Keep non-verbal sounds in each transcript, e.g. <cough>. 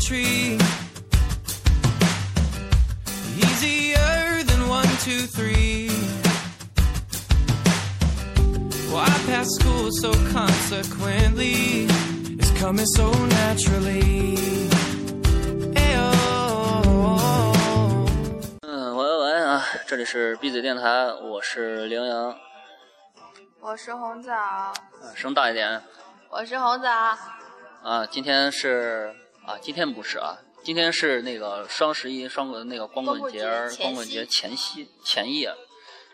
tree. Easier than one, two, three. Well, I passed school, so consequently, it's coming so naturally. oh, Ayo. 嗯，喂喂喂啊，这里是闭嘴电台，我是羚羊，啊，我是红枣，呃声大一点我是红枣，啊。今天是啊，今天不是啊，今天是那个双十一双滚那个光棍节儿，光光棍棍节节前夕前夜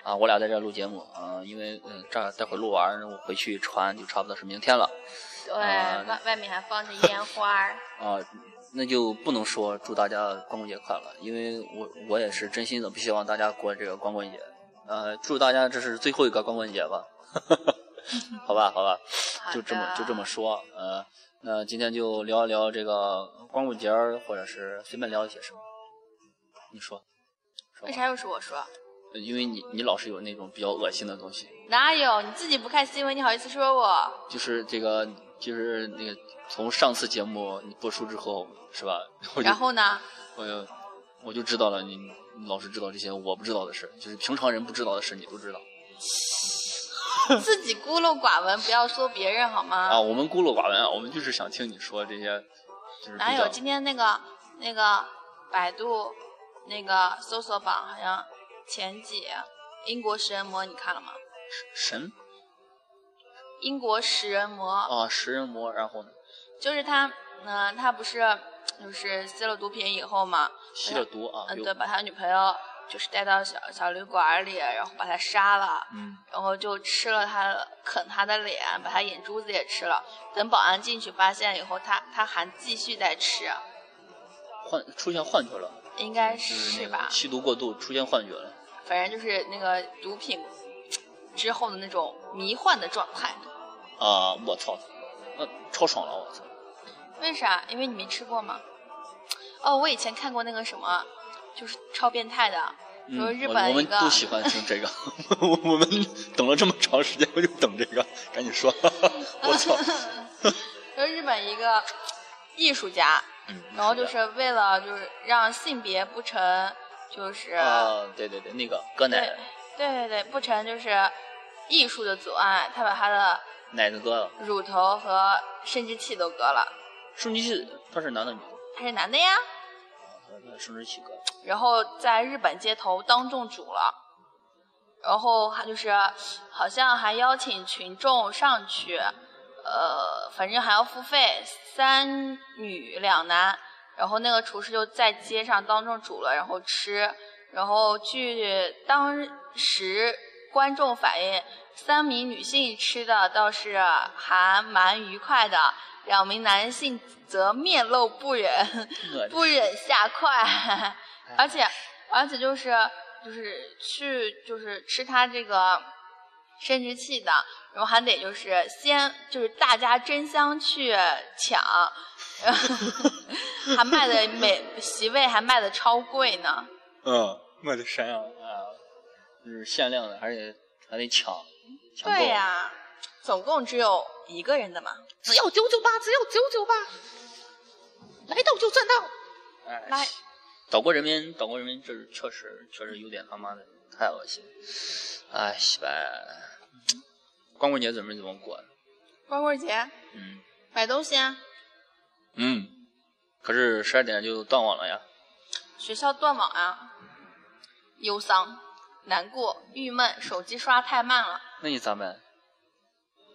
啊，我俩在这儿录节目啊，因为嗯，这儿待会儿录完我回去传就差不多是明天了对，啊外外面还放着烟花儿，啊。那就不能说祝大家光棍节快乐，因为我我也是真心的不希望大家过这个光棍节，呃，祝大家这是最后一个光棍节吧， <laughs> 好吧，好吧，好就这么的就这么说，呃，那今天就聊一聊这个光棍节儿，或者是随便聊一些什么。你说，说为吧啥又是我说？因为你你老是有那种比较恶心的东西，哪有？你自己不看新闻，你好意思说我？就是这个就是那个从上次节目你播出之后是吧？ <laughs> 我就然后呢？我就我就知道了你，你老是知道这些我不知道的事，就是平常人不知道的事你都知道自己孤陋寡闻，不要说别人好吗？啊。我们孤陋寡闻啊，我们就是想听你说这些，就是哪比有？较今天那个那个百度那个搜索榜好像前几，英国食人魔你看了吗？神英国食人魔啊食人魔，然后呢就是他，嗯、他不是就是吸了毒品以后嘛，吸了毒啊，嗯、又对，把他女朋友就是带到小小旅馆里，然后把他杀了，嗯。然后就吃了他的，啃他的脸，把他眼珠子也吃了。等保安进去发现以后，他他还继续在吃，幻出现幻觉了，应该就是是那个吧？吸毒过度出现幻觉了。反正就是那个毒品之后的那种迷幻的状态。啊！我操，那、超爽了！我操，为啥？因为你没吃过吗？哦，我以前看过那个什么，就是超变态的，嗯，说日我本我一们个都喜欢听这个， <laughs> 我我们等了这么长时间，我就等这个，赶紧说。我操，就是日本一个艺术家，嗯，然后就是为了就是让性别不成，就是、啊，对对对，那个割奶哦对对对对不成就是艺术的阻碍，他把他的奶子割了，乳头和生殖器都割了，生殖器他是男的女的他是男的呀，啊，他生殖器割了，然后在日本街头当众煮了，然后还就是好像还邀请群众上去，呃，反正还要付费，三女两男。然后那个厨师就在街上当众煮了，然后吃。然后据当时观众反映，三名女性吃的倒是还蛮愉快的，两名男性则面露不忍。我不忍下筷， <laughs> 而且而且就是就是去就是吃它这个生殖器的，然后还得就是先就是大家争相去抢，然后还卖 <laughs> 的每席位还卖的超贵呢。嗯，我的神啊啊，就是限量的，还得还得抢，抢购。对呀、总共只有一个人的嘛。只要九九八，只要九九八，来到就赚到。 <laughs> 哎来，岛国人民，岛国人民，这是确实确实有点他妈的太恶心。哎，西白，光棍节准备怎么过？光棍节嗯买东西啊，嗯，可是十二点就断网了呀。学校断网啊，忧伤、难过、郁闷，手机刷太慢了。那你咋办？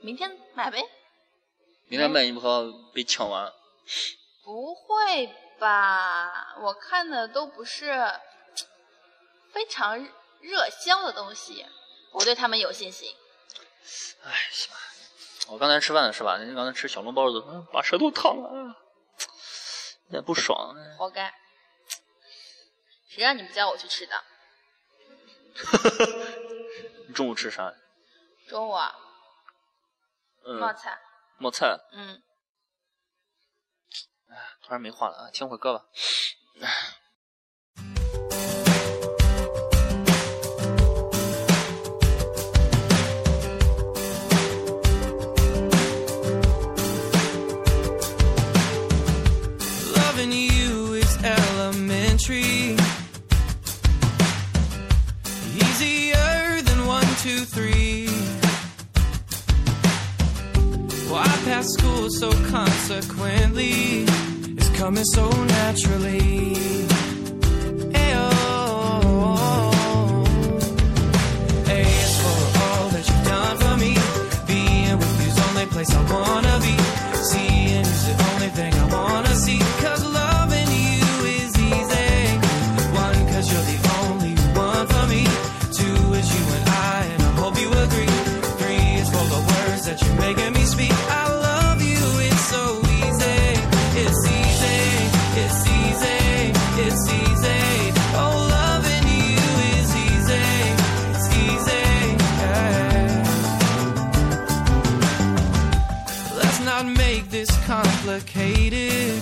明天买呗？明天卖你不好被抢完？不会吧？我看的都不是非常热销的东西，我对他们有信心。哎，西白，我刚才吃饭是吧？人家刚才吃小笼包的，嗯把舌头烫了，有点不爽。啊活该！谁让你们叫我去吃的？你中午吃啥？中午啊，嗯，冒菜，冒菜。嗯，突然没话了啊，听会儿歌吧。 Loving you two, three. Well, I passed school, so consequently, it's coming so naturally. oh. Ayo. A is for all that you've done for me. Being with you's the only place I wanna be. Seeing you's the only thing I wanna see. Cause loving you is easy. One, cause you're the only one for me. Two is you and I, and I hope you agree. Three is for the words that you're making me speak. I love you, it's so easy. It's easy, it's easy, it's easy. Oh, loving you is easy. It's easy. Let's not make this complicated.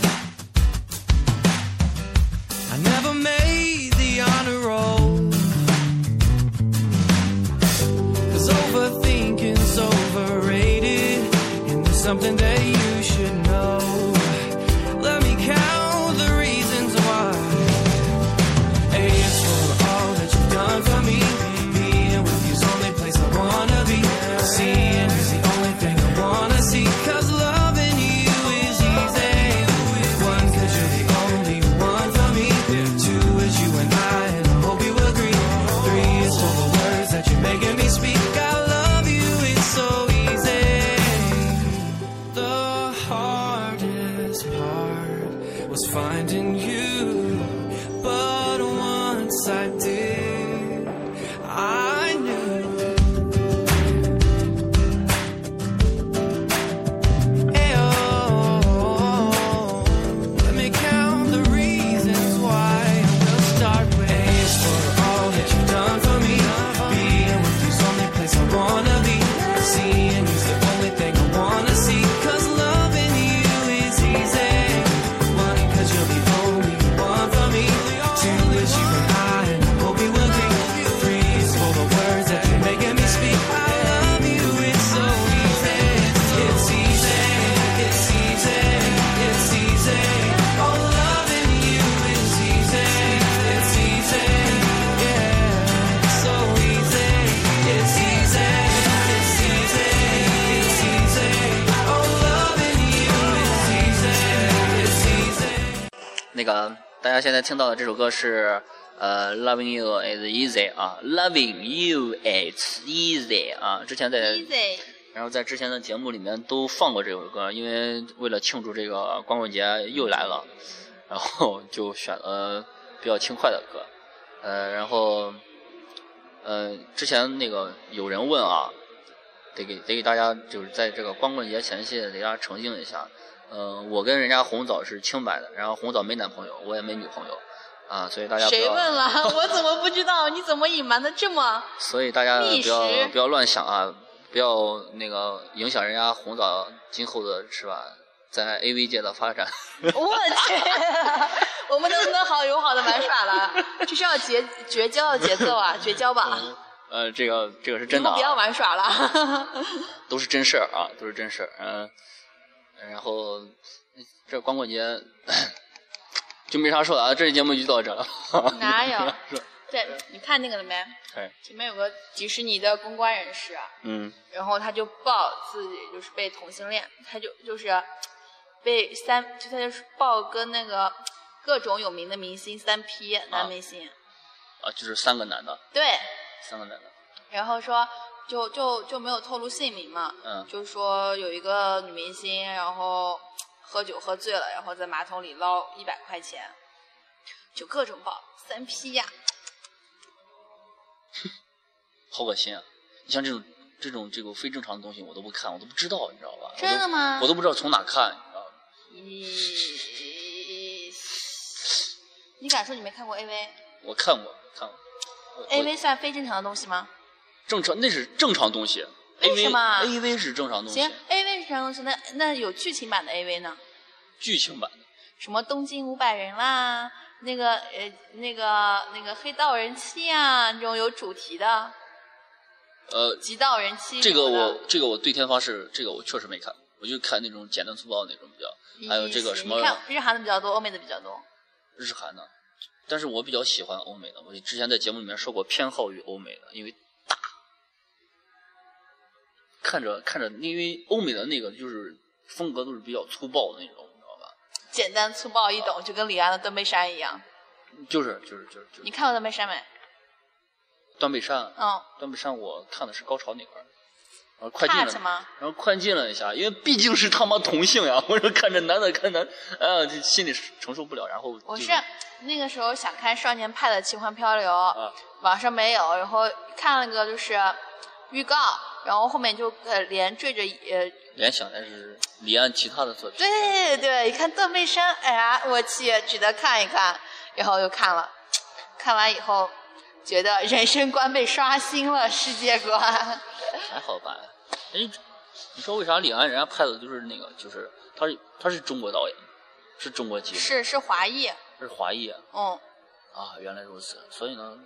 I never made the honor roll. Cause overthinking's overrated. And there's something that you should know. Let me count the reasons why. A is for all that you've done for me. Being with you's the only place I wanna be. Seeing you's the only thing I wanna see. Cause loving you is easy. One, cause you're the only one for me. Two is you and I, and I hope you agree. Three is for the words that you're making me speak. I love you, it's so easy. The hardest part was finding you. But once I did, I knew. Ayo, let me count the reasons why. We'll start with A is for all that you've done for me. Being with you's the only place I wanna be. Seeing you's the only thing I wanna see. Cause loving you is easy. One, cause you're the only one for me. Two is you and I, and I hope you will be. Three is for the words that you're making me speak. I love you, it's so easy. It's easy, it's easy, it's easy. Oh, loving you is easy. It's easy, yeah. So easy, it's easy, it's easy, it's easy. Oh, loving you is easy, it's easy. 那个大家现在听到的这首歌是呃，Loving You Is Easy 啊，Loving You It's Easy 啊，之前在 Easy，然后在之前的节目里面都放过这首歌，因为为了庆祝这个光棍节又来了，然后就选了比较轻快的歌，呃，然后呃，之前那个有人问啊，得给得给大家就是在这个光棍节前夕得给大家澄清一下，呃，我跟人家红枣是清白的，然后红枣没男朋友，我也没女朋友啊，所以大家不谁要。 <laughs> 问了？我怎么不知道？你怎么隐瞒的这么？所以大家历不要史不要乱想啊，不要那个影响人家红枣今后的是吧，在 AV 界的发展。我去， <laughs> 我们都能好友好的玩耍了，这是要绝绝交的节奏啊，绝交吧，呃，这个这个是以真的、后不要啊，玩耍了。 <laughs> 都是真事儿啊，都是真事儿。嗯、然后这光棍节 <coughs> 就没啥说的啊，这期节目就到这了。哪有没啥说？对，你看那个了没？ <laughs> 哎，前面有个迪士尼的公关人士啊，嗯，然后他就报自己就是被同性恋，他就就是被三，就他就是报跟那个各种有名的明星三 P 男明星，啊，就是三个男的，对，三个男的，然后说就就就没有透露姓名嘛，嗯就说有一个女明星，然后喝酒喝醉了，然后在马桶里捞一百块钱，就各种报三 P 呀、好恶心啊！你像这种这种这个非正常的东西，我都不看，我都不知道，你知道吧？真的吗我都我都不知道从哪看，你知道吧？咦，你敢说你没看过 AV？AV 我看过，看过。我我算非正常的东西吗？正常，那是正常东西。为什么 A V 是正常东西行，，AV 是啥东西？那那有剧情版的 AV 呢？剧情版的什么东京五百人啦，那个呃那个那个黑道人妻啊，那种有主题的呃，极道人妻什这个么的。我这个我对天发誓，这个我确实没看，我就看那种简单粗暴的那种比较，还有这个什么嗯你看日韩的比较多，欧美的比较多。日韩的。但是我比较喜欢欧美的，我之前在节目里面说过偏好于欧美的，因为大，看着看着，因为欧美的那个就是风格都是比较粗暴的那种，你知道吧？简单粗暴易懂，就跟李安的《断背山》一样。就是就是就是就你是看过《断背山》没？断背山，啊嗯，断背山我看的是高潮那块儿，然后快进怕了什，么？然后快进了一下，因为毕竟是他妈同性呀、我说看着男的看男，啊，这心里承受不了，然后我就是那个时候想看《少年派的奇幻漂流》啊网上没有，然后看了个就是预告，然后后面就呃连缀着呃，联想的是李安其他的作品，对对对，一看断背山，哎呀，我去，值得看一看，然后又看了，看完以后觉得人生观被刷新了，世界观。还好吧？哎，你说为啥李安人家拍的就是那个，就是他是他是中国导演，是中国籍， <laughs> 是是华裔，是华裔啊，嗯，啊，原来如此。所以呢，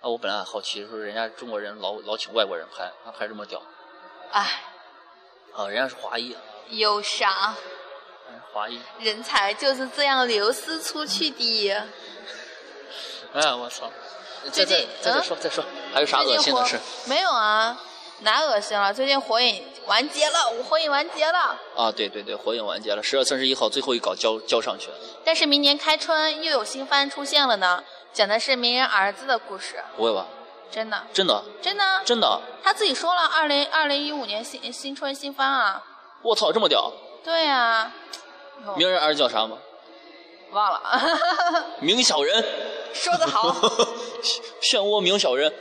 啊，我本来很好奇，说人家中国人老老请外国人拍，他拍这么屌唉，啊，人家是华裔啊，哎忧伤，人家是华裔。人才就是这样流失出去的。哎，我操！再再最近再再嗯说再说，还有啥恶心的事最近火？没有啊，哪恶心了？最近火影完结了，我火影完结了。啊？对对对，火影完结了，十月三十一号最后一稿交交上去了。但是明年开春又有新番出现了呢，讲的是鸣人儿子的故事，不会吧？真的，真的真的，啊真的，他自己说了，二零二零一五年新新春新番啊，我操，这么屌！对啊，哟名人儿子叫啥吗？忘了， <laughs> 明小人， <laughs> 说的好。漩涡明小人。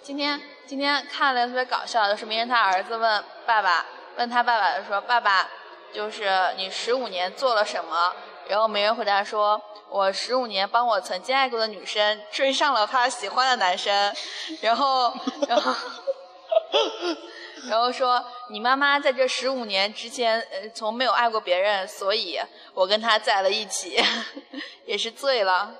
今天今天看了特别搞笑，就是明人他儿子问爸爸，问他爸爸就说：“爸爸，就是你十五年做了什么？”然后明人回答说：“我十五年帮我曾经爱过的女生追上了她喜欢的男生。” <laughs> 然后，然后。 <laughs> 然后说，你妈妈在这十五年之前，呃，从没有爱过别人，所以我跟她在了一起， <laughs> 也是醉了。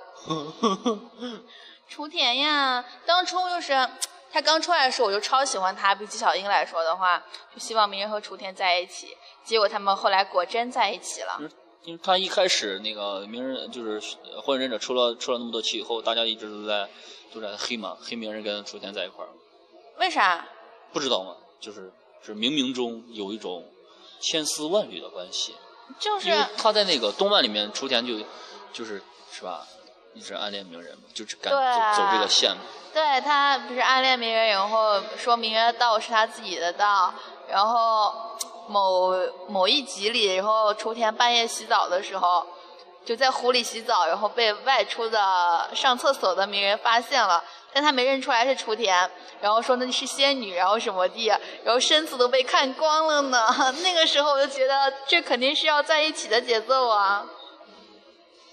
雏田呀，当初就是他刚出来的时候，我就超喜欢他。比起小樱来说的话，就希望鸣人和雏田在一起。结果他们后来果真在一起了。因为他一开始那个鸣人就是呃火影忍者出了出了那么多期以后，大家一直都在都在黑嘛，黑鸣人跟雏田在一块儿，为啥？不知道吗？就是是冥冥中有一种千丝万缕的关系，就因是为他在那个动漫里面，雏田就就是是吧，一直暗恋鸣人嘛，就是敢对啊走走这个线嘛。对他不是暗恋鸣人，然后说鸣人的道是他自己的道，然后某某一集里，然后雏田半夜洗澡的时候，就在湖里洗澡，然后被外出的上厕所的鸣人发现了，但他没认出来是雏田，然后说那是仙女，然后什么的，然后身子都被看光了呢。 <laughs> 那个时候我就觉得这肯定是要在一起的节奏啊！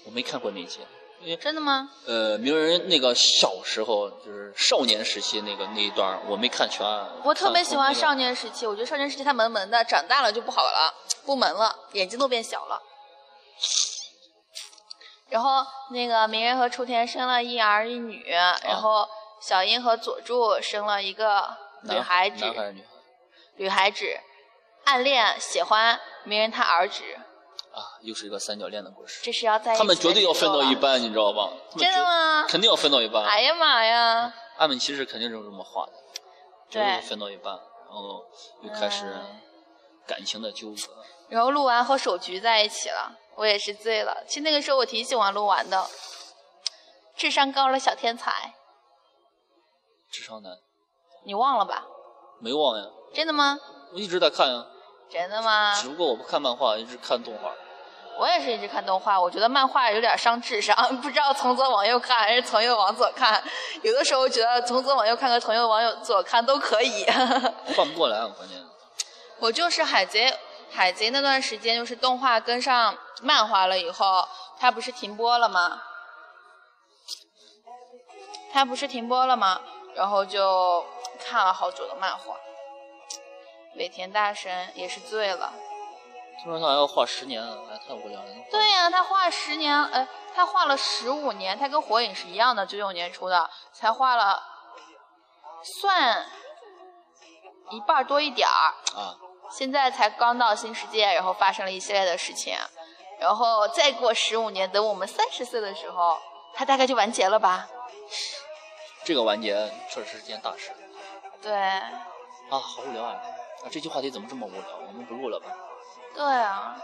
我没看过那一集，因为真的吗？呃鸣人那个小时候就是少年时期那个那一段儿我没看全，我特别喜欢少年。年时期，我觉得少年时期它萌萌的，长大了就不好了，不萌了，眼睛都变小了。然后那个鸣人和雏田生了一儿一女，啊然后小樱和佐助生了一个女男孩子男，孩儿女孩女孩子暗恋喜欢鸣人他儿子，儿啊，又是一个三角恋的故事。这是要在一起他们绝对要分到一班，半，你知道吧？他们真的绝吗？肯定要分到一半。哎呀妈呀！阿美其实肯定就是这么画的，绝对对分到一半，然后又开始嗯感情的纠葛。然后鹿丸和手菊在一起了，我也是醉了。其实那个时候我挺喜欢鹿丸的，智商高的小天才，智商男你忘了吧？没忘呀，真的吗？我一直在看呀，真的吗？只不过我不看漫画，一直看动画。我也是一直看动画，我觉得漫画有点伤智商， <laughs> 不知道从左往右看还是从右往左看。有的时候觉得从左往右看和从右往右左看都可以。换不过来，啊关键我就是海贼，海贼那段时间就是动画跟上漫画了以后，它不是停播了吗？它不是停播了吗？然后就看了好久的漫画。尾田大神也是醉了。听说他还要画十年，哎，太无聊了。对呀、他画十年，呃，他画了十五年，他跟火影是一样的，九九年出的，才画了，算一半儿多一点儿。啊，现在才刚到新世界，然后发生了一系列的事情，啊然后再过十五年，等我们三十岁的时候，它大概就完结了吧？这个完结确实是件大事。对，啊，好无聊啊！啊，这期话题怎么这么无聊？我们不录了吧？对 <laughs> 啊，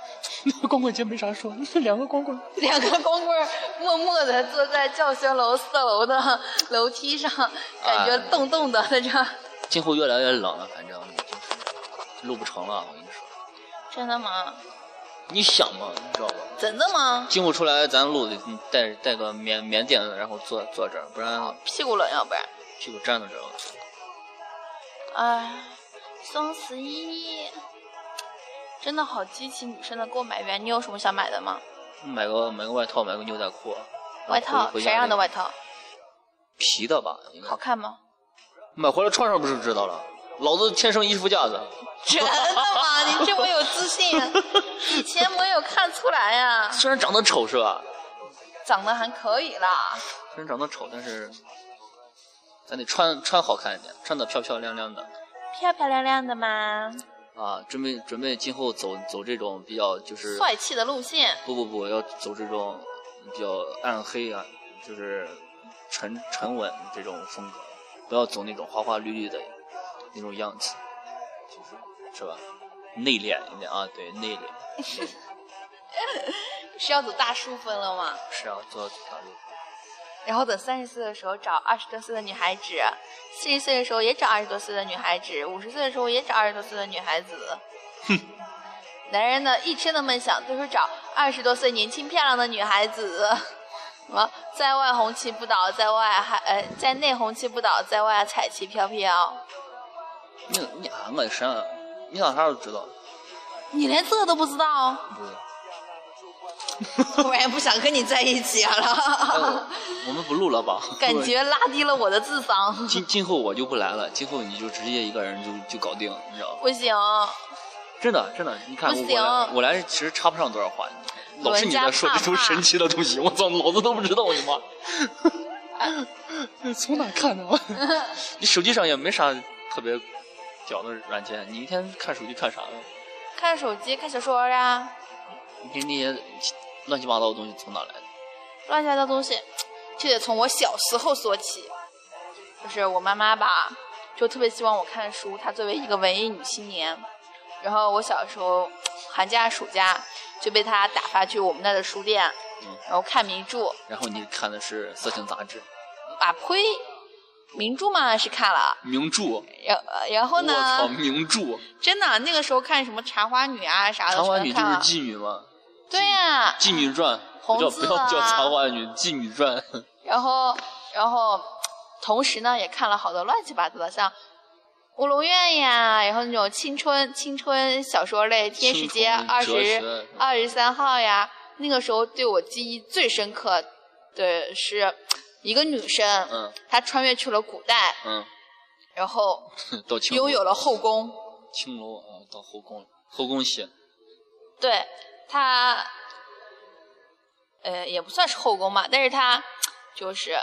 光棍节没啥说，两个光棍。两个光棍儿默默地坐在教学楼四楼的楼梯上，感觉哎冻冻的在 <laughs> 这儿。今后越来越冷了，反正就是录不成了。我跟你说，真的吗？你想嘛，你知道吧？真的吗？今后出来咱录得嗯带带个棉棉垫子，然后坐坐这儿，不然屁股冷，要不然，屁股站到这儿了。哎，双十一真的好激起女生的购买欲。你有什么想买的吗？买个买个外套，买个牛仔裤。啊外套回啥样的外？套？回家那个皮的吧，应该好。看吗？买回来穿上不是知道了？老子天生衣服架子。真的吗？你这么有自信，啊以前没有看出来呀、虽然长得丑是吧？长得还可以啦。虽然长得丑，但是咱得穿穿好看一点，穿的漂漂亮亮的。漂漂亮亮的嘛，啊，准备准备今后走走这种比较就是帅气的路线，不不不，要走这种比较暗黑啊，就是沉沉稳这种风格，不要走那种花花绿绿的那种样子，就是是吧？内敛一点啊，对，内敛是要走大叔风了吗？是要做打入。然后等三十岁的时候找二十多岁的女孩子，四十岁的时候也找二十多岁的女孩子，五十岁的时候也找二十多岁的女孩子。哼， <laughs> 男人的一生的梦想就是找二十多岁年轻漂亮的女孩子。 <laughs> 什么在外红旗不倒，在外还呃在内红旗不倒，在外彩旗飘飘。你你俺个神啊，你咋啥都知道？你连这都不知道，不是，突然不想跟你在一起哎了，我我们不录了吧？ <laughs> 感觉拉低了我的智商。 <laughs> 今今后我就不来了，今后你就直接一个人就就搞定，你知道吗？不行，真的真的，你看不我行我来我来其实插不上多少话，老是你人在家说怕这种怕神奇的东西，我操，老子都不知道，我的妈！ <laughs> 从哪看的？ <laughs> 你手机上也没啥特别屌的软件，你一天看手机看啥呢？看手机看小说啊。你那些乱七八糟的东西从哪来的？乱七八糟东西，就得从我小时候说起。就是我妈妈吧，就特别希望我看书。她作为一个文艺女青年，然后我小时候寒假、暑假就被她打发去我们那儿的书店嗯，然后看名著。然后你看的是色情杂志、啊呸！名著嘛是看了，名著，我然然后操，呢？名著《真的，那个时候看什么《茶花女》啊啥的，茶花全女》就看是了。妓女嘛，对呀、 《妓女传》红不要不字要叫《啊茶花女》，《妓女传》然后，然后，同时呢，也看了好多乱七八糟的，像《乌龙院》呀，然后那种青春青春小说类，《天使街青二春哲学十二十三号》呀。那个时候对我记忆最深刻的是一个女生，嗯她穿越去了古代，嗯，然后到青拥有了后宫。青楼啊，到后宫了，后宫戏，对她，呃，也不算是后宫吧，但是她就是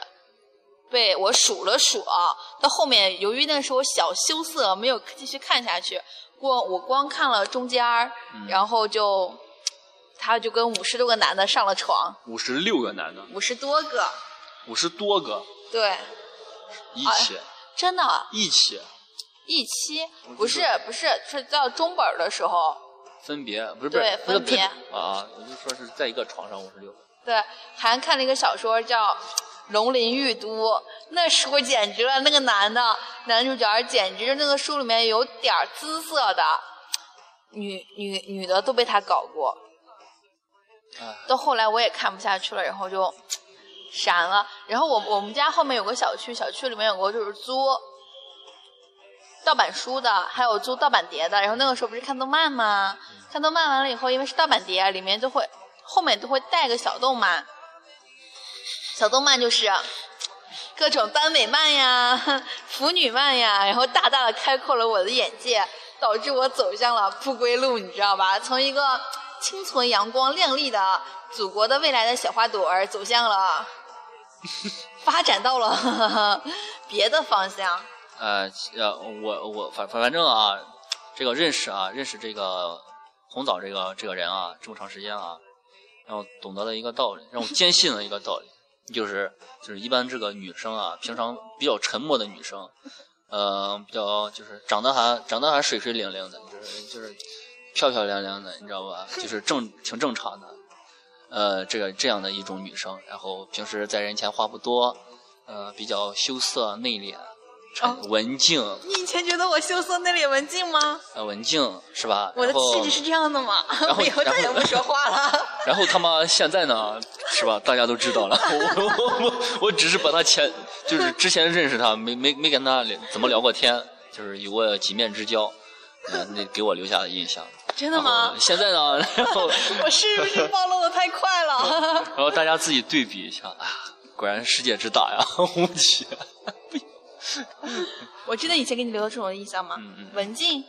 被我数了数啊，到后面由于那时候小羞涩，没有继续看下去，过我光看了中间儿，嗯然后就她就跟五十多个男的上了床，五十六个男的，五十多个，五十多个对，一哎起、真的，一起一期我就不是不是是到中本儿的时候。分别，不是不对是不是分别呸啊，我就说是在一个床上五十六个，对，还看了一个小说叫《龙鳞玉都》，那书简直了，那个男的男主角简直那个书里面有点儿姿色的，女女女的都被他搞过。哎，到后来我也看不下去了，然后就闪了。然后我我们家后面有个小区，小区里面有个就是租盗版书的，还有租盗版碟的。然后那个时候不是看动漫吗？看动漫完了以后，因为是盗版碟，里面就会后面都会带个小动漫，小动漫就是。啊各种耽美漫呀、 <laughs> 腐女漫呀，然后大大的开阔了我的眼界，导致我走向了不归路，你知道吧？从一个清纯、阳光、亮丽的祖国的未来的小花朵儿，走向了发展到了 <laughs> 别的方向。呃呃，我我反反反正啊，这个认识啊，认识这个红枣这个这个人啊，这么长时间啊，让我懂得了一个道理，让我坚信了一个道理，就是就是一般这个女生啊，平常比较沉默的女生，啊、呃，比较就是长得还长得还水水灵灵的，就是就是漂漂亮亮的，你知道吧？就是正挺正常的，呃，这个这样的一种女生，然后平时在人前话不多，呃，比较羞涩内敛，哦文静，你以前觉得我羞涩内敛文静吗？呃，文静是吧？我的然后气质是这样的吗？后我 <laughs> 以后再也然后不说话了。然后他妈现在呢，是吧？大家都知道了，我我我 <laughs> 我只是把他前就是之前认识他，没没没跟他聊怎么聊过天，就是有过几面之交，嗯，那给我留下的印象。 <laughs> 真真的吗？现在呢， <laughs> 然后我是不是暴露的太 <laughs> 快了？然后大家自己对比一下，啊，果然世界之大呀，无奇。我真的以前给你留的这种印象吗？嗯嗯文静，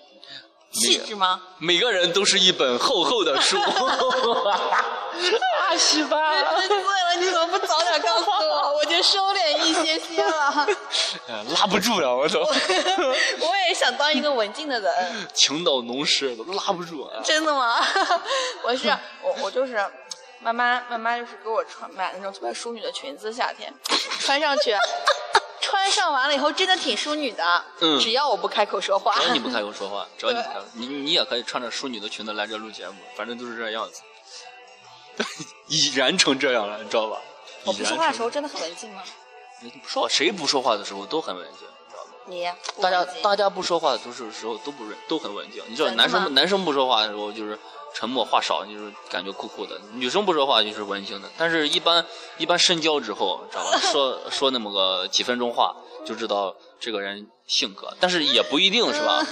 气质吗？ <laughs> 每个人都是一本厚厚的书。 <laughs> 啊，西吧。真醉了，你怎么不早点告诉我？我就收敛一些些了。 <laughs> 哎拉不住了，我操，我也想当一个文静的人，情到浓时都拉不住啊。真的吗？ <laughs> 我是我我就是。妈妈，妈妈就是给我穿买那种特别淑女的裙子，夏天穿上去，穿上完了以后真的挺淑女的。嗯哎只要我不开口说话，只要你不开口说话，只要你不开口，你你也可以穿着淑女的裙子来这录节目，反正都是这样子， <laughs> 已然成这样了，你知道吧？我已不然说话的成时候真的很文静吗？你不说话，谁不说话的时候都很文静，你知道吗？你不大家文静大家不说话的都是时候都不文都很文静，你知道真的男吗生男生不说话的时候就是沉默话少，就是感觉酷酷的；女生不说话就是文静的。但是一般一般深交之后，知道吧？说 <laughs> 说那么个几分钟话，就知道这个人性格，但是也不一定是 <laughs> 吧？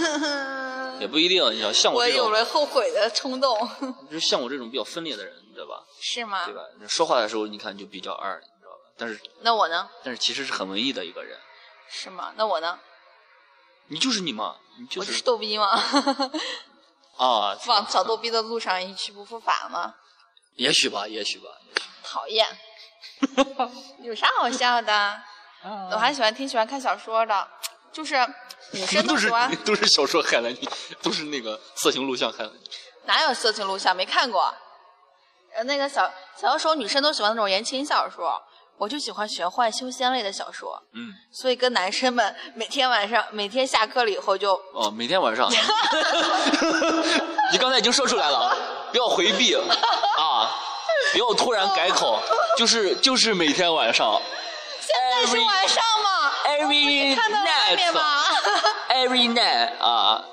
也不一定，你知道像我我这有种，了后悔的冲 <laughs> 动，就是像我这种比较分裂的人，你知道吧？是吗对？吧？说话的时候你看就比较二，你知道吧？但是那我呢？但是其实是很文艺的一个人，是吗？那我呢？你就是你嘛，你就我就是是逗逼吗？ <laughs> 啊，往小逗逼的路上一去不复返吗？也许吧，也许吧。讨厌，有啥好笑的？我还喜欢挺喜欢看小说的，就是女生啊都喜是欢，都是小说害了你，都是那个色情录像害了你。哪有色情录像没看过？呃，那个小小的时候女生都喜欢那种言情小说，我就喜欢玄幻修仙类的小说，嗯，所以跟男生们每天晚上每天下课了以后就哦，每天晚上， <laughs> 你刚才已经说出来了啊，不要回避啊，不要突然改口，就是就是每天晚上现在是晚上嘛， ，every 看到外面 night，every 嘛。 night 啊，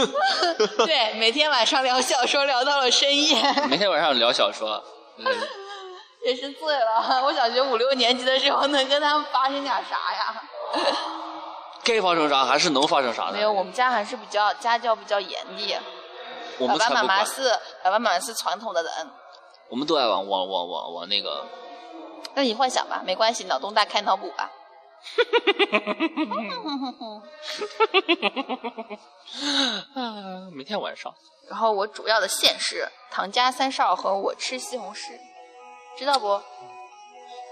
<laughs> 对，每天晚上聊小说聊到了深夜，每天晚上聊小说，嗯也是醉了。 <laughs> 我小学五六年级的时候，能跟他们发生点啥呀？该发生啥还是能发生啥的。没有，我们家还是比较家教比较严厉，我爸们爸才妈不妈管，是爸爸妈妈是传统的人。我们都爱往往往往往那个那你幻想吧，没关系，脑洞大开脑补吧。啊，每天晚上然后我主要的县是唐家三少和我吃西红柿，知道不？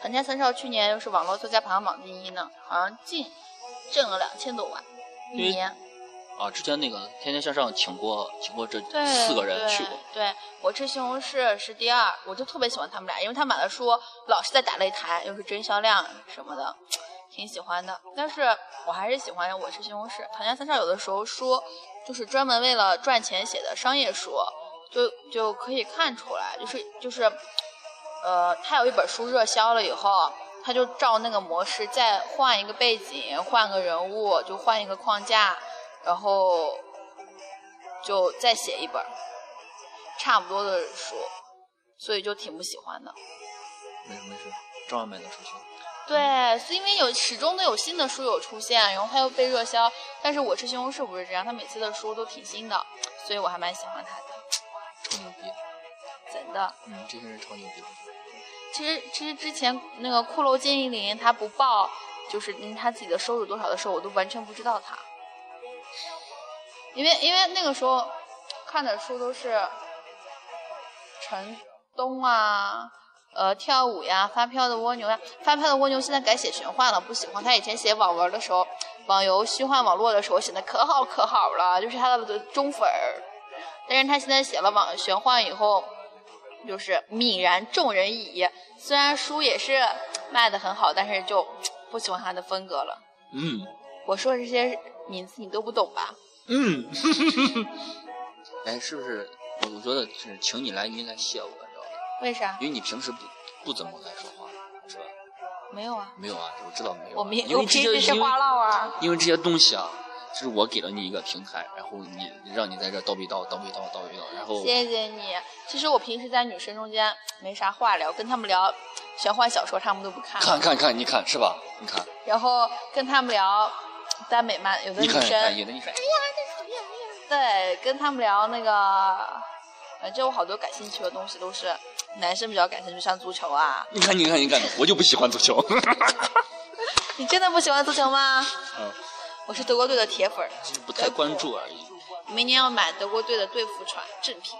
唐家三少去年又是网络作家排行榜第一呢，好像净挣了两千多万一因为年。啊，之前那个《天天向上》请过请过这对，四个人对去过。对我吃西红柿是第二，我就特别喜欢他们俩，因为他买的书老是在打擂台，又是真销量什么的，挺喜欢的。但是我还是喜欢我吃西红柿。唐家三少有的时候书就是专门为了赚钱写的商业书，就就可以看出来，就是就是，呃，他有一本书热销了以后。他就照那个模式，再换一个背景，换个人物，就换一个框架，然后就再写一本儿差不多的书，所以就挺不喜欢的。没事没事，照样买的出去。对，是因为有始终都有新的书有出现，然后它又被热销。但是我吃西红柿不是这样，它每次的书都挺新的，所以我还蛮喜欢它的，超牛逼，真的。嗯，这些人超牛逼。其实其实之前那个骷髅精灵他不报，就是嗯他自己的收入多少的时候，我都完全不知道他，因为因为那个时候看的书都是陈东啊，呃跳舞呀，发票的蜗牛呀，发票的蜗牛现在改写玄幻了，不喜欢他以前写网文的时候，网游虚幻网络的时候写的可好可好了，就是他的忠粉儿，但是他现在写了网玄幻以后。就是泯然众人矣。虽然书也是卖的很好，但是就不喜欢他的风格了。嗯，我说这些名词你都不懂吧？嗯，哎，是不是？我我觉得是请你来，你应该谢我，你知道吧？为啥因？为你平时不不怎么爱说话，是吧？没有啊，没有啊，我知道没有啊、我没，因我为这平些时吃因为瓜唠啊。因为这些东西啊，是我给了你一个平台，然后你让你在这儿叨逼叨叨逼叨叨逼叨，然后谢谢你。其实我平时在女生中间没啥话聊，跟她们聊玄幻小说，她们都不看。看看看，你看是吧？你看，然后跟他们聊耽美漫，有的你女看，看，生有的你看，对跟他们聊那个，反正我好多感兴趣的东西都是男生比较感兴趣，像足球啊。你看，你看，你看，我就不喜欢足球。你真的不喜欢足球吗？嗯，我是德国队的铁粉儿，就是不太关注而已。明年要买德国队的队服穿，正品，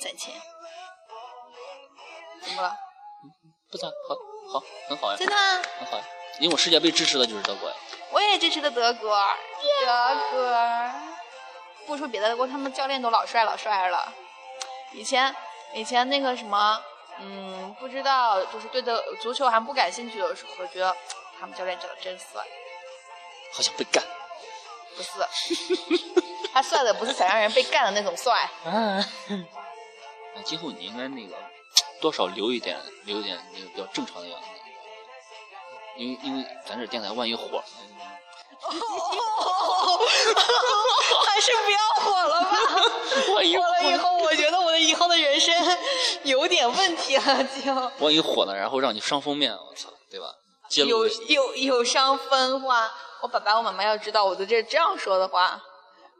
攒钱。怎么了？不咋好，好，很好呀，真的啊，很好呀。因为我世界杯支持的就是德国呀。我也支持的德国，德国。不说别的国，他们教练都老帅老帅了。以前以前那个什么，嗯，不知道就是对的足球还不感兴趣的时候，觉得他们教练长得真帅。好想被干。不是，他帅的不是 <laughs> 想让人被干的那种帅。哎，今后你应该那个多少留一点，留一点那个比较正常的样子。因为因为咱这电台万一火了， <laughs> 还是不要火了吧， <laughs> 火了以后，我觉得我的以后的人生有点问题了，就。万一火了，然后让你上封面，我操，对吧？揭露有你有有伤风化，我爸爸我妈妈要知道我在这这样说的话，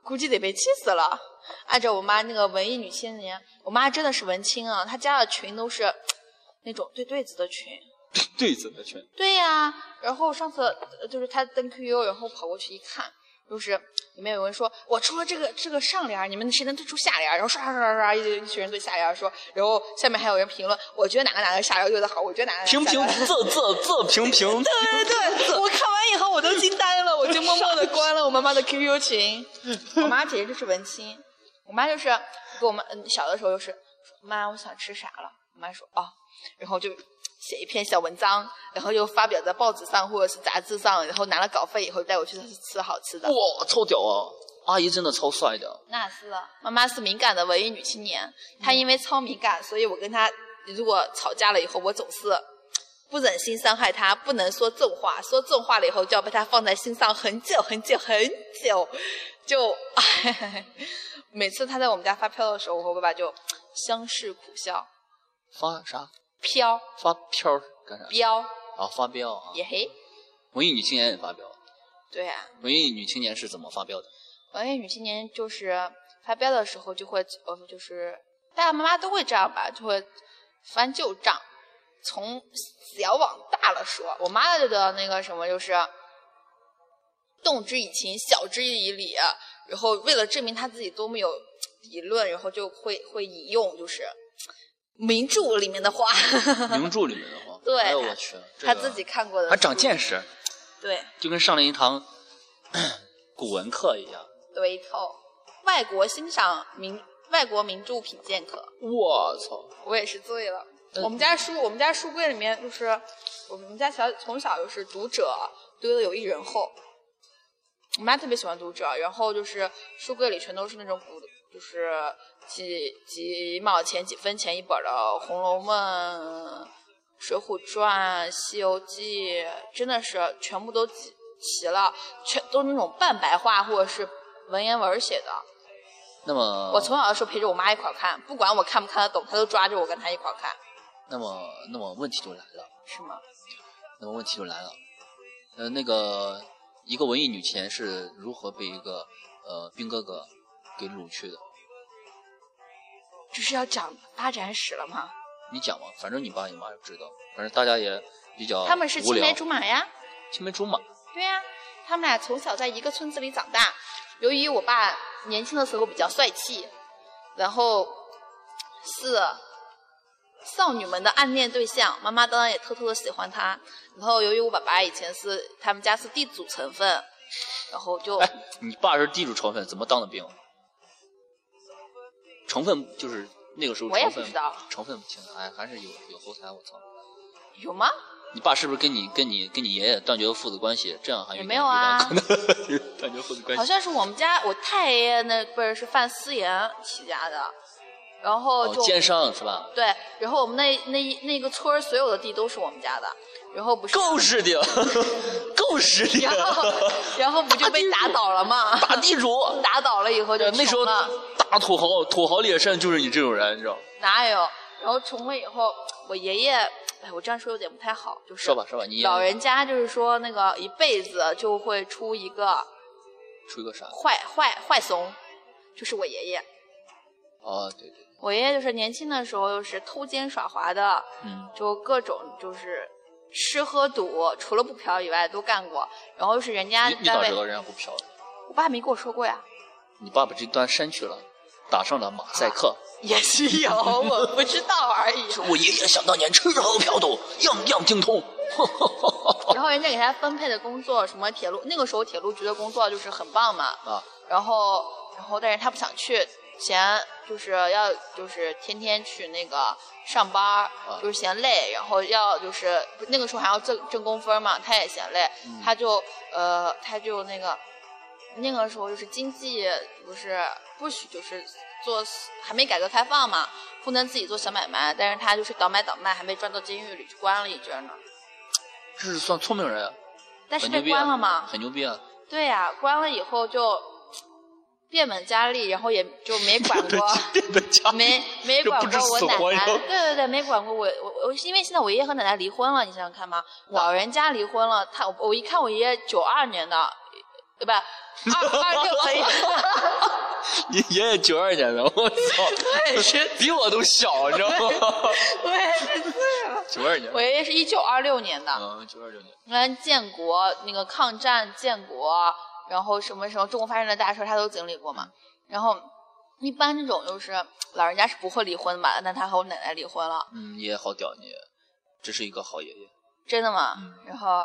估计得被气死了。按照我妈那个文艺女青年，我妈真的是文青啊，她家的裙都是那种对对子的裙。对子的圈，对呀、然后上次呃就是她登 QQ，然后跑过去一看，就是里面有人说我出了这个这个上联儿，你们谁能对出下联儿？然后刷刷刷刷刷，一堆一群人对下联儿说，然后下面还有人评论，我觉得哪个哪个下联儿对的好，我觉得哪个哪个下平联平儿仄仄仄平平，对对对，我看完以后我都惊呆了，我就默默的关了我妈妈的 QQ 群。我妈简直就是文青，我妈就是跟我妈嗯小的时候就是说妈我想吃啥了，我妈说哦，然后就写一篇小文章，然后就发表在报纸上或者是杂志上，然后拿了稿费以后带我去吃好吃的。哇，超屌啊！阿姨真的超帅的，那是啊，妈妈是敏感的文艺女青年，她因为超敏感，所以我跟她如果吵架了以后，我总是不忍心伤害她，不能说重话，说重话了以后就要被她放在心上很久很久很久，就 <laughs> 每次她在我们家发飘的时候，我和爸爸就相视苦笑，发啥飘 <laughs> 发飘儿干啥？飙啊，发飙啊！也嘿，文艺女青年也发飙，对啊，文艺女青年是怎么发 <laughs> 飙的？文呃艺女青年就是发飙的时候就会，呃，就是爸爸妈妈都会这样吧，就会翻旧账，从小往大了说。我妈的那个什么就是动之以情，晓之以理，然后为了证明她自己多么有理论，然后就会会引用就是名著里面的话，名著里面的话，对哎呦我去，这她个自己看过的，还长见识，对。就跟上了一堂 <coughs> 古文课一样。对头，外国欣赏名外国名著品鉴课。我操！我也是醉了。嗯我们家书，我们家书柜里面就是我们家小从小就是读者堆了有一人厚。我妈特别喜欢读者，然后就是书柜里全都是那种古，就是几几毛钱、几分钱一本的《红楼梦》《水浒传》《西游记》，真的是全部都集齐了，全都是那种半白话或者是文言文写的。那么我从小的时候陪着我妈一块儿看，不管我看不看得懂，她都抓着我跟她一块儿看，那么那么问题就来了，是吗？那么问题就来了，呃，那个一个文艺女青年是如何被一个呃兵哥哥给掳去的？这是要讲发展史了吗？你讲吧，反正你爸你妈也知道，反正大家也比较他们是无青聊梅竹马呀，青梅竹马，对呀、他们俩从小在一个村子里长大。由于我爸年轻的时候比较帅气，然后是少女们的暗恋对象，妈妈当然也偷偷的喜欢他。然后由于我爸爸以前是他们家是地主成分，然后就哎，你爸是地主成分，怎么当的兵？成分就是那个时候我也成不分知道成分不清，哎，还是有有后台，我操！有吗？你爸是不是跟你跟你跟你爷爷断绝了父子关系？这样还也有没有啊点有点可能断绝父 <laughs> 子关好系。像是我们家我太爷爷那辈儿是范思妍起家的，然后哦，就、奸商是吧？对，然后我们那那一那个村儿所有的地都是我们家的，然后不是，够实力， <laughs> 够实力。然 <laughs> 后然后不就被打倒了吗？大地主， <laughs> 打倒了以后就那时候穷了大土豪，土豪劣绅就是你这种人，你知道吗？哪有？然后穷了以后，我爷爷，哎，我这样说有点不太好，就是说吧，说吧，你老人家就是说那个一辈子就会出一个出一个啥？坏坏坏怂，就是我爷爷。哦，对对，我爷爷就是年轻的时候就是偷奸耍滑的，嗯，就各种就是吃喝赌，除了不嫖以外都干过。然后是人家你你单咋位知，道人家不嫖？我爸没跟我说过呀，你爸把这段删去了，打上了马赛克。也是 <laughs> 有，我不知道而已。我爷爷想当年吃喝嫖赌，样样精通。然后人家给他分配的工作，什么铁路，那个时候铁路局的工作就是很棒嘛。啊，然后，然后但是他不想去，嫌就是要就是天天去那个上班儿，就是嫌累，然后要就是那个时候还要挣挣工分嘛，他也嫌累，他就呃他就那个那个时候就是经济不是呃不许就是做还没改革开放嘛，不能自己做小买卖，但是他就是倒买倒卖，还被抓到监狱里去关了一阵儿呢。这是算聪明人，但是很牛被逼啊关了嘛？很牛逼啊！ <laughs> 对呀、关了以后就变本加厉，然后也就没管过，变本加 <laughs> 没没管就不知过我死奶活奶。哟对对对，没管过我我我，因为现在我爷爷和奶奶离婚了，你想想看嘛，老人家离婚了，他我一看我爷爷九二年的，呃不二 <laughs> 二六可以，你爷爷九二年的，我操，比我都小，你知道吗？我也是九二年我，爷爷是一九二六年的，嗯，九二九年，嗯，建国那个抗战、建国，然后什么什么中国发生的大事儿，他都经历过嗯嘛。然后一般这种就是老人家是不会离婚的嘛，但他和我奶奶离婚了，嗯，爷爷好屌，你爷爷这是一个好爷爷。真的吗？嗯然后，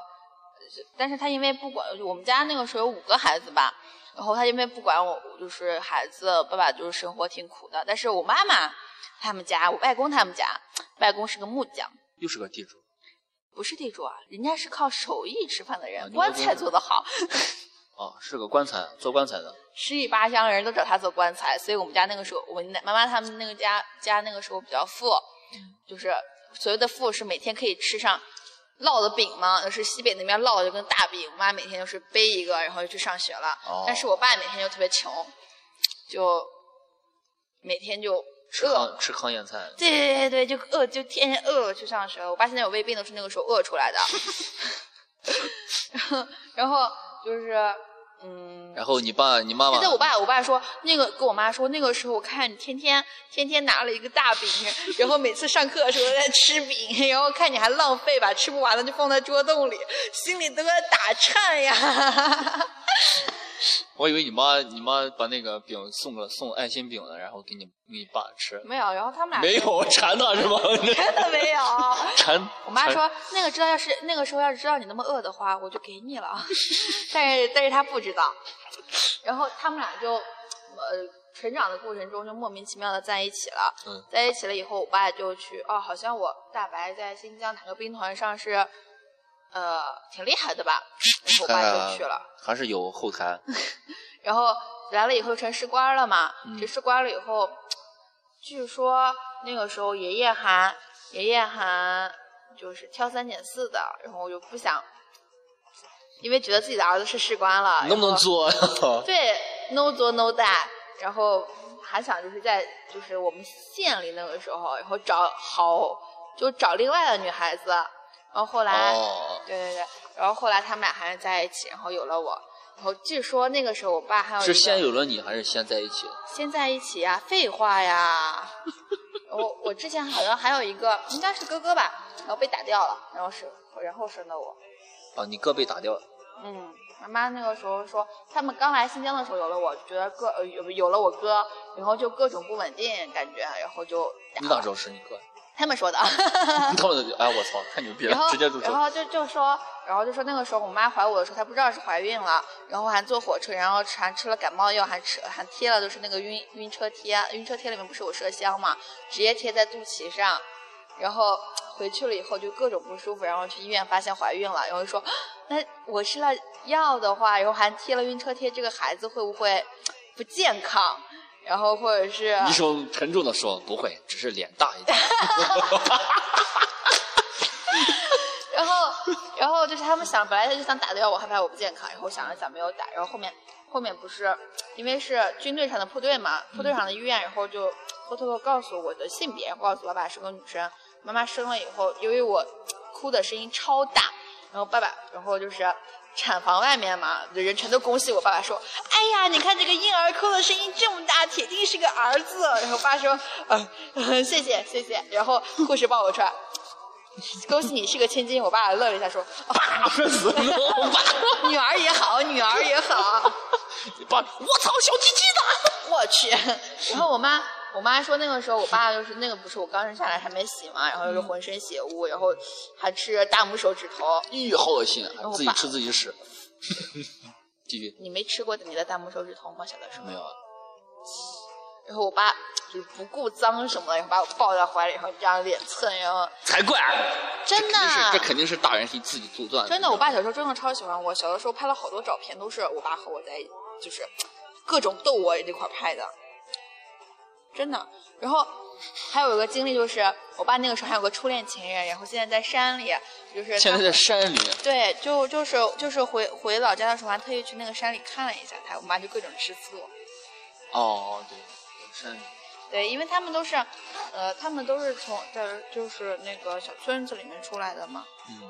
但是他因为不管我们家那个时候有五个孩子吧，然后他因为不管我，就是孩子爸爸就是生活挺苦的，但是我妈妈他们家，我外公他们家，外公是个木匠。又是个地主，不是地主啊，人家是靠手艺吃饭的啊人，你外棺公材是做得好。啊，是个棺材，做棺材的。十里八乡人都找他做棺材，所以我们家那个时候，我们奶妈妈他们那个家家那个时候比较富，嗯就是所谓的富是每天可以吃上烙的饼嘛，就是西北那边烙的就跟大饼，我妈每天就是背一个，然后就去上学了。哦但是我爸每天就特别穷，就每天就吃饿，糠吃糠咽菜，对对对对，就饿，就天天饿去上学。我爸现在有胃病都是那个时候饿出 <laughs> 来的。 <laughs> 然后就是，嗯，然后你爸你妈妈现在我爸我爸说那个跟我妈说那个时候我看你天天天天拿了一个大饼，然后每次上课的时候都在吃饼，然后看你还浪费把吃不完的就放在桌洞里，心里都在打颤呀。我以为你妈你妈把那个饼送了送爱心饼了，然后给你给你爸吃， <laughs> 没有，然后他们俩没有馋他是吗？真的没有。馋。我妈馋，说，那个知道要是那个时候要是知道你那么饿的话，我就给你了。 <laughs> 但是但是她不知道，然后他们俩就呃成长的过程中就莫名其妙的在一起了。嗯在一起了以后，我爸就去哦，好像我大白在新疆坦克兵团上是呃挺厉害的吧，然后我爸就去了。还是有后台。然后来了以后成士官了嘛，嗯成士官了以后，据说那个时候爷爷还爷爷还就是挑三拣四的，然后我就不想，因为觉得自己的儿子是士官了，能不能然后做 <laughs> 呀？对，no 做 no die，然后还想就是在就是我们县里那个时候，然后找好就找另外的女孩子，然后后来。哦，对对对，然后后来他们俩还是在一起，然后有了我。然后据说那个时候我爸还有一是个先有了你，还是先在一起？先在一起呀、废 <laughs> 话呀。我我之前好像还有一个应该是哥哥吧，然后被打掉了，然后是然后生的我。啊，你哥被打掉了。嗯，妈妈那个时候说，他们刚来新疆的时候有了我，觉得各呃有有了我哥，然后就各种不稳定感觉，然后就你哪知道是你哥？他们说的。你到底哎，我操，太牛逼啊然了，后直接就然说后就就说，然后就说那个时候我妈怀我的时候，她不知道是怀孕了，然后还坐火车，然后吃还吃了感冒药，还吃还贴了就是那个晕晕车贴，晕车贴里面不是有麝香嘛，直接贴在肚脐上，然后回去了以后就各种不舒服，然后去医院发现怀孕了，然后说，那我吃了药的话，然后还贴了晕车贴，这个孩子会不会不健康？然后或者是医生沉重的说：“不会，只是脸大 <laughs> 一点。然后，然后就是他们想，本来他就想打掉我，害怕我不健康，然后想了想没有打，然后后面后面不是因为是军队上的部队嘛，部队上的医院，然后就偷偷的告诉我的性别，告诉我爸爸是个女生，妈妈生了以后，由于我哭的声音超大，然后爸爸，然后就是。产房外面嘛，就人全都恭喜我爸爸说：“哎呀，你看这个婴儿哭的声音这么大，铁定是个儿子。”然后爸说：“嗯、呃，谢谢谢谢。”然后护士抱我出来，恭喜你是个千金。我爸乐了一下说：“哦、啪，摔死了！我爸，女儿也好，女儿也好，你爸，我操，小鸡鸡呢？我去。然后我妈，我妈说那个时候我爸就是那个不是我刚生下来还没洗嘛，然后就是浑身血污，然后还吃大拇手指头。咦，好恶心啊！我自己爸吃自己屎。继续，你没吃过你的大拇手指头吗？小的时候没。有啊？然后我爸就是不顾脏什么的，然后把我抱在怀里，然后这样脸蹭，然后才怪！啊真的这肯定是这肯定是大人是自己杜撰的。真的，我爸小时候真的超喜欢我。小的时候拍了好多照片，都是我爸和我在，就是各种逗我这块拍的，真的。然后还有一个经历就是，我爸那个时候还有个初恋情人，然后现在在山里，就是他现在在山里，对，就就是就是回回老家的时候，还特意去那个山里看了一下他，我妈就各种吃醋。哦，对，山里。对，因为他们都是，呃，他们都是从就是就是那个小村子里面出来的嘛，嗯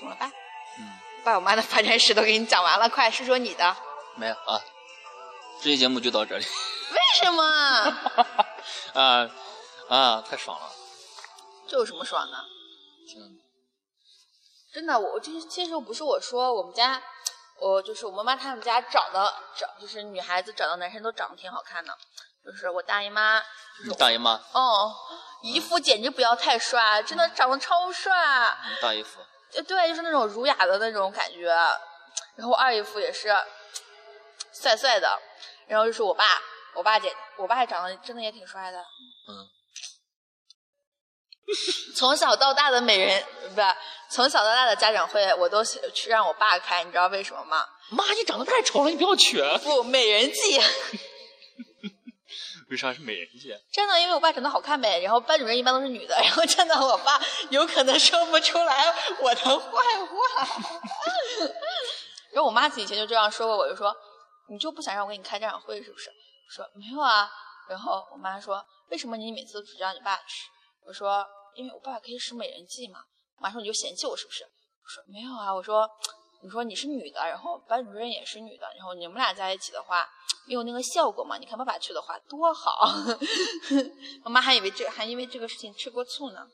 懂了吧？嗯，把我妈的发展史都给你讲完了，快说说你的。没了啊。这期节目就到这里 <laughs> 为什么？ <laughs> 啊啊，太爽了！这有什么爽的？嗯真的，我我这这时候不是我说我们家，我就是我妈妈他们家找的找就是女孩子找的男生都长得挺好看的，就是我大姨妈，你大姨妈，哦，姨夫简直不要太帅，真的长得超帅。你大姨夫，就对，就是那种儒雅的那种感觉。然后二姨夫也是帅帅的，然后就是我爸，我爸姐，我爸长得真的也挺帅的。嗯， <laughs> 从小到大的美人不是，从小到大的家长会，我都去让我爸开，你知道为什么吗？妈，你长得太丑了，你不要娶。啊不，美人计，为啥是美人计？啊真的，因为我爸长得好看呗。然后班主任一般都是女的，然后真的我爸有可能说不出来我的坏话。然后我妈以前就这样说过，我就说你就不想让我给你开家长会是不是？我说没有啊。然后我妈说为什么你每次都只让你爸吃？我说因为我爸爸可以使美人计嘛。我妈说你就嫌弃我是不是？我说没有啊，我说你说你是女的，然后班主任也是女的，然后你们俩在一起的话，没有那个效果嘛？你看爸爸去的话多好。 <laughs> 我妈还以为这还因为这个事情吃过醋呢。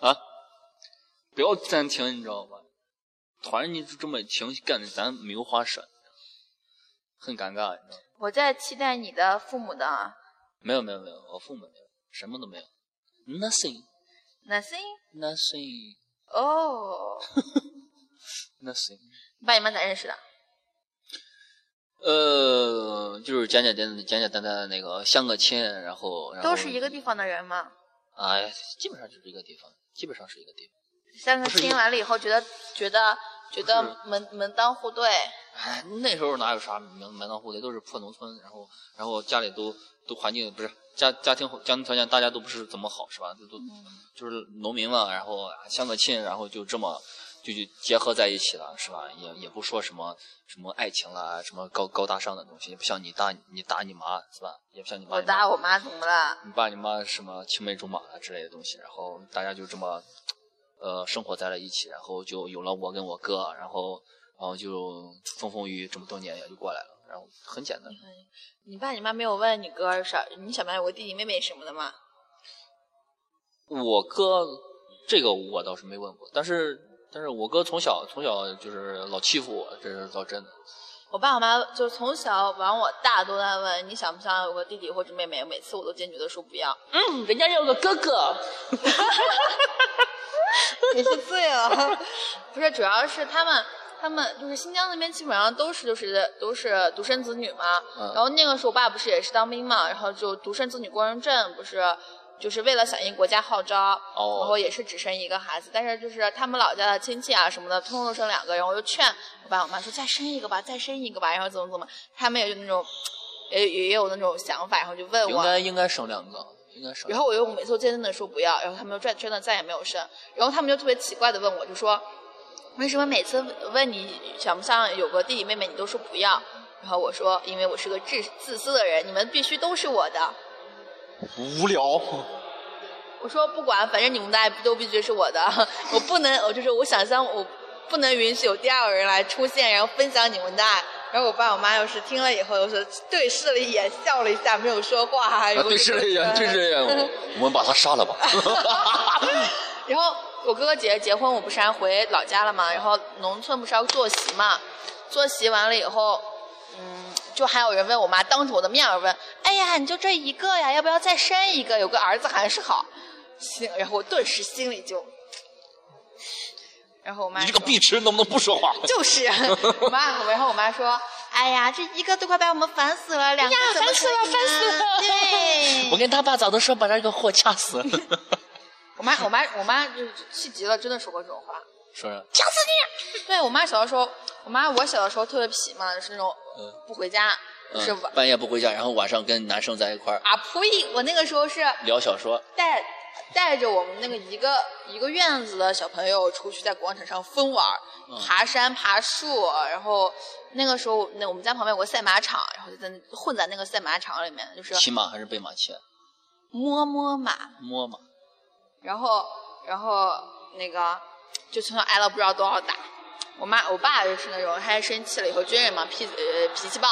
啊，不要暂停，你知道吧？突然你就这么停，干的咱没有话说，很尴尬，你知道吗？我在期待你的父母的没有没有没有，我父母没有，什么都没有，nothing nothing nothing 哦， nothing。爸你妈咋认识的？呃，就是简简单单简简单单的那个相个亲，然后然后都是一个地方的人嘛。哎，基本上就是一个地方，基本上是一个地方。相个不是一亲个完了以后，觉得觉得觉得门门当户对，哎，那时候哪有啥门门当户对，都是破农村，然后然后家里都都环境不是家家庭家庭条件大家都不是怎么好是吧？都都嗯就是农民嘛，然后啊相个亲，然后就这么就就结合在一起了是吧？也也不说什么什么爱情啦，什么高高大上的东西，也不像你打你打你妈是吧？也不像你妈我你妈打我妈怎么了？你爸你妈什么青梅竹马啊之类的东西，然后大家就这么，呃，生活在了一起，然后就有了我跟我哥，啊然后然后就风风雨雨这么多年也就过来了，然后很简单。你爸你妈没有问你哥啥？你小妹有个弟弟妹妹什么的吗？嗯我哥这个我倒是没问过，但是但是我哥从小从小就是老欺负我，这是倒真的。我爸我妈就从小往我大都在问你想不想有个弟弟或者妹妹，每次我都坚决的说不要。嗯，人家要个哥 <laughs> 哥。 <laughs> 你是醉了，不是，主要是他们他们就是新疆那边基本上都是就是都是独生子女嘛。嗯然后那个时候我爸不是也是当兵嘛，然后就独生子女过人证不是。就是为了响应国家号召，哦然后也是只生一个孩子，但是就是他们老家的亲戚啊什么的，通通生两个，然后我就劝我爸我妈说再生一个吧，再生一个吧，然后怎么怎么，他们也就那种，也也有那种想法，然后就问应我，该应该省两个，应该省。然后我又每次都坚定的说不要，然后他们就真真的再也没有生。然后他们就特别奇怪的问我，就说为什么每次问你想不想有个弟弟妹妹，你都说不要？然后我说因为我是个自自私的人，你们必须都是我的。无聊，我说不管，反正你们大家都必须是我的， <laughs> 我不能，我就是我想象我不能允许有第二个人来出现，然后分享你们的爱。然后我爸我妈要是听了以后，又是对视了一眼，笑了一下，没有说话。然后啊对视了一哎眼，对视了一 <laughs> 眼，我我们把他杀了吧。 <laughs> 然后我哥哥姐姐结婚，我不是还回老家了嘛，然后农村不是要坐席嘛，坐席完了以后，嗯，就还有人问我妈，当着我的面儿问，哎呀，你就这一个呀，要不要再生一个？有个儿子还是好，心，然后我顿时心里就，然后我妈你这说个碧池能不能不说话？ <laughs> 就是，我妈，然后我妈说，哎呀，这一个都快把我们烦死了，两个怎么哎烦死了可以呢烦死了对， <laughs> 我跟他爸早都说把那个货掐死，我妈，我妈，我妈就是气急了，真 <laughs> 的说过这种话。说啥？对我妈小的时候，我妈我小的时候特别皮嘛，就是那种嗯不回家，就是嗯晚、半夜不回家，然后晚上跟男生在一块儿啊呸！我那个时候是聊小说，带带着我们那个一个一个院子的小朋友出去在广场上疯玩儿，嗯爬山爬树，然后那个时候那我们家旁边有个赛马场，然后就在那混在那个赛马场里面，就是骑马还是被马骑？摸摸马，摸马。然后然后那个就从小挨了不知道多少打。我妈我爸就是那种，他生气了以后，军人嘛，脾呃脾气暴，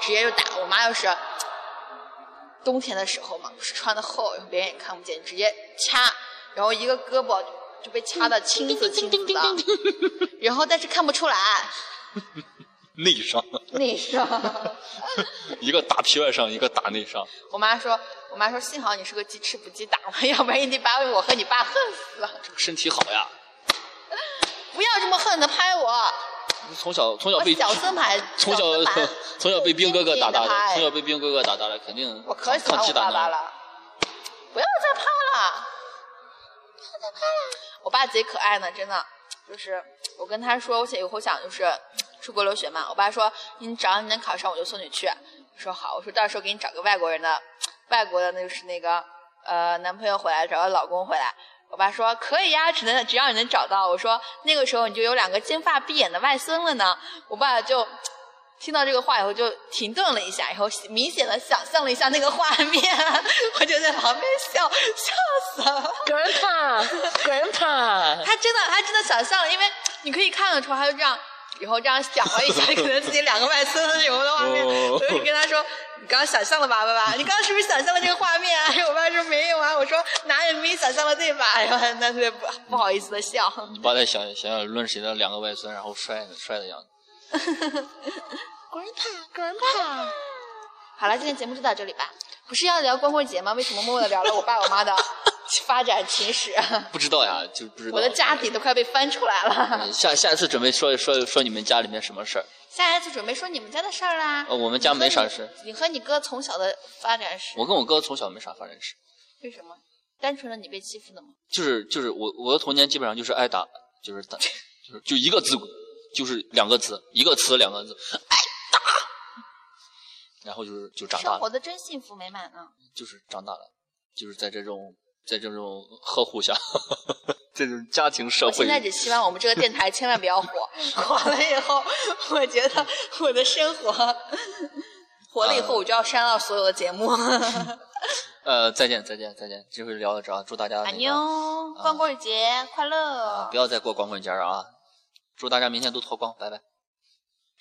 直接就打。我妈就是冬天的时候嘛，不是穿的厚，然后别人也看不见，直接掐，然后一个胳膊就被掐的青紫青紫的， <laughs> 然后但是看不出来内伤，内伤。 <laughs> 一个打皮外伤，一个打内伤。我妈说，我妈说幸好你是个鸡吃不鸡打嘛，要不然你得把我和你爸恨死了。这个身体好呀，不要这么恨的拍我，从小从小我被小孙牌，从小小孙牌 <laughs> 从小被兵哥哥打大被你的，打哎从小被兵哥哥打大的，肯定我可喜抗欢击我打爸呢爸了，不要再拍了，不要再拍了。我爸贼可爱呢，真的，就是我跟他说，我想以后想就是出国留学嘛，我爸说你只要你能考上，我就送你去。我说好，我说到时候给你找个外国人的，外国的那就是那个呃男朋友回来，找个老公回来。我爸说可以呀，只能只要你能找到。我说那个时候你就有两个金发碧眼的外孙了呢。我爸就听到这个话以后就停顿了一下，然后明显的想象了一下那个画面， <laughs> 我就在旁边笑，笑死了。给人怕，给人怕。 <laughs> 他真的，他真的想象了，因为你可以看得出，他就这样，以后这样想了一 <laughs> 下，可能自己两个外孙子有的画面，哦我就跟他说：“你刚刚想象了吧，爸 <laughs> 爸？你刚刚是不是想象了这个画面啊？” <laughs> 我爸说：“没有啊。”我说：“哪有没有想象了对 <laughs> 吧？”然后他特别不不好意思的笑。你爸在想想想论谁的两个外孙，然后摔摔的样子。给人怕，给人怕。 <laughs> 好了，今天节目就到这里吧。不是要聊光棍节吗？为什么默默的聊了我爸我妈的 <laughs> 发展情 <laughs> 史？不知道呀，就不知道。我的家底都快被翻出来了。嗯下下一次准备说说说你们家里面什么事儿？下一次准备说你哦们家的事儿啦。呃我们家没啥事你和你。你和你哥从小的发展史，我跟我哥从小没啥发展史，为什么？单纯的你被欺负了吗？就是就是我我的童年基本上就是挨打，就是打，就是就一个字，就是两个字，一个词两个字，挨打。然后就是就长大生活了，的真幸福美满啊呢。就是长大了，就是在这种在这种呵护下， <laughs> 这种家庭社我会现，在只希望我们这个电台千万不 <laughs> 要火，火了以后，我觉得我的生活火了以后，我就要删掉所有的节目。呃，再见再见再见，这回聊到这儿啊，祝大家那阿个妞，哦光棍节快乐！啊，不要再过光棍节儿啊！祝大家明天都脱光，拜拜。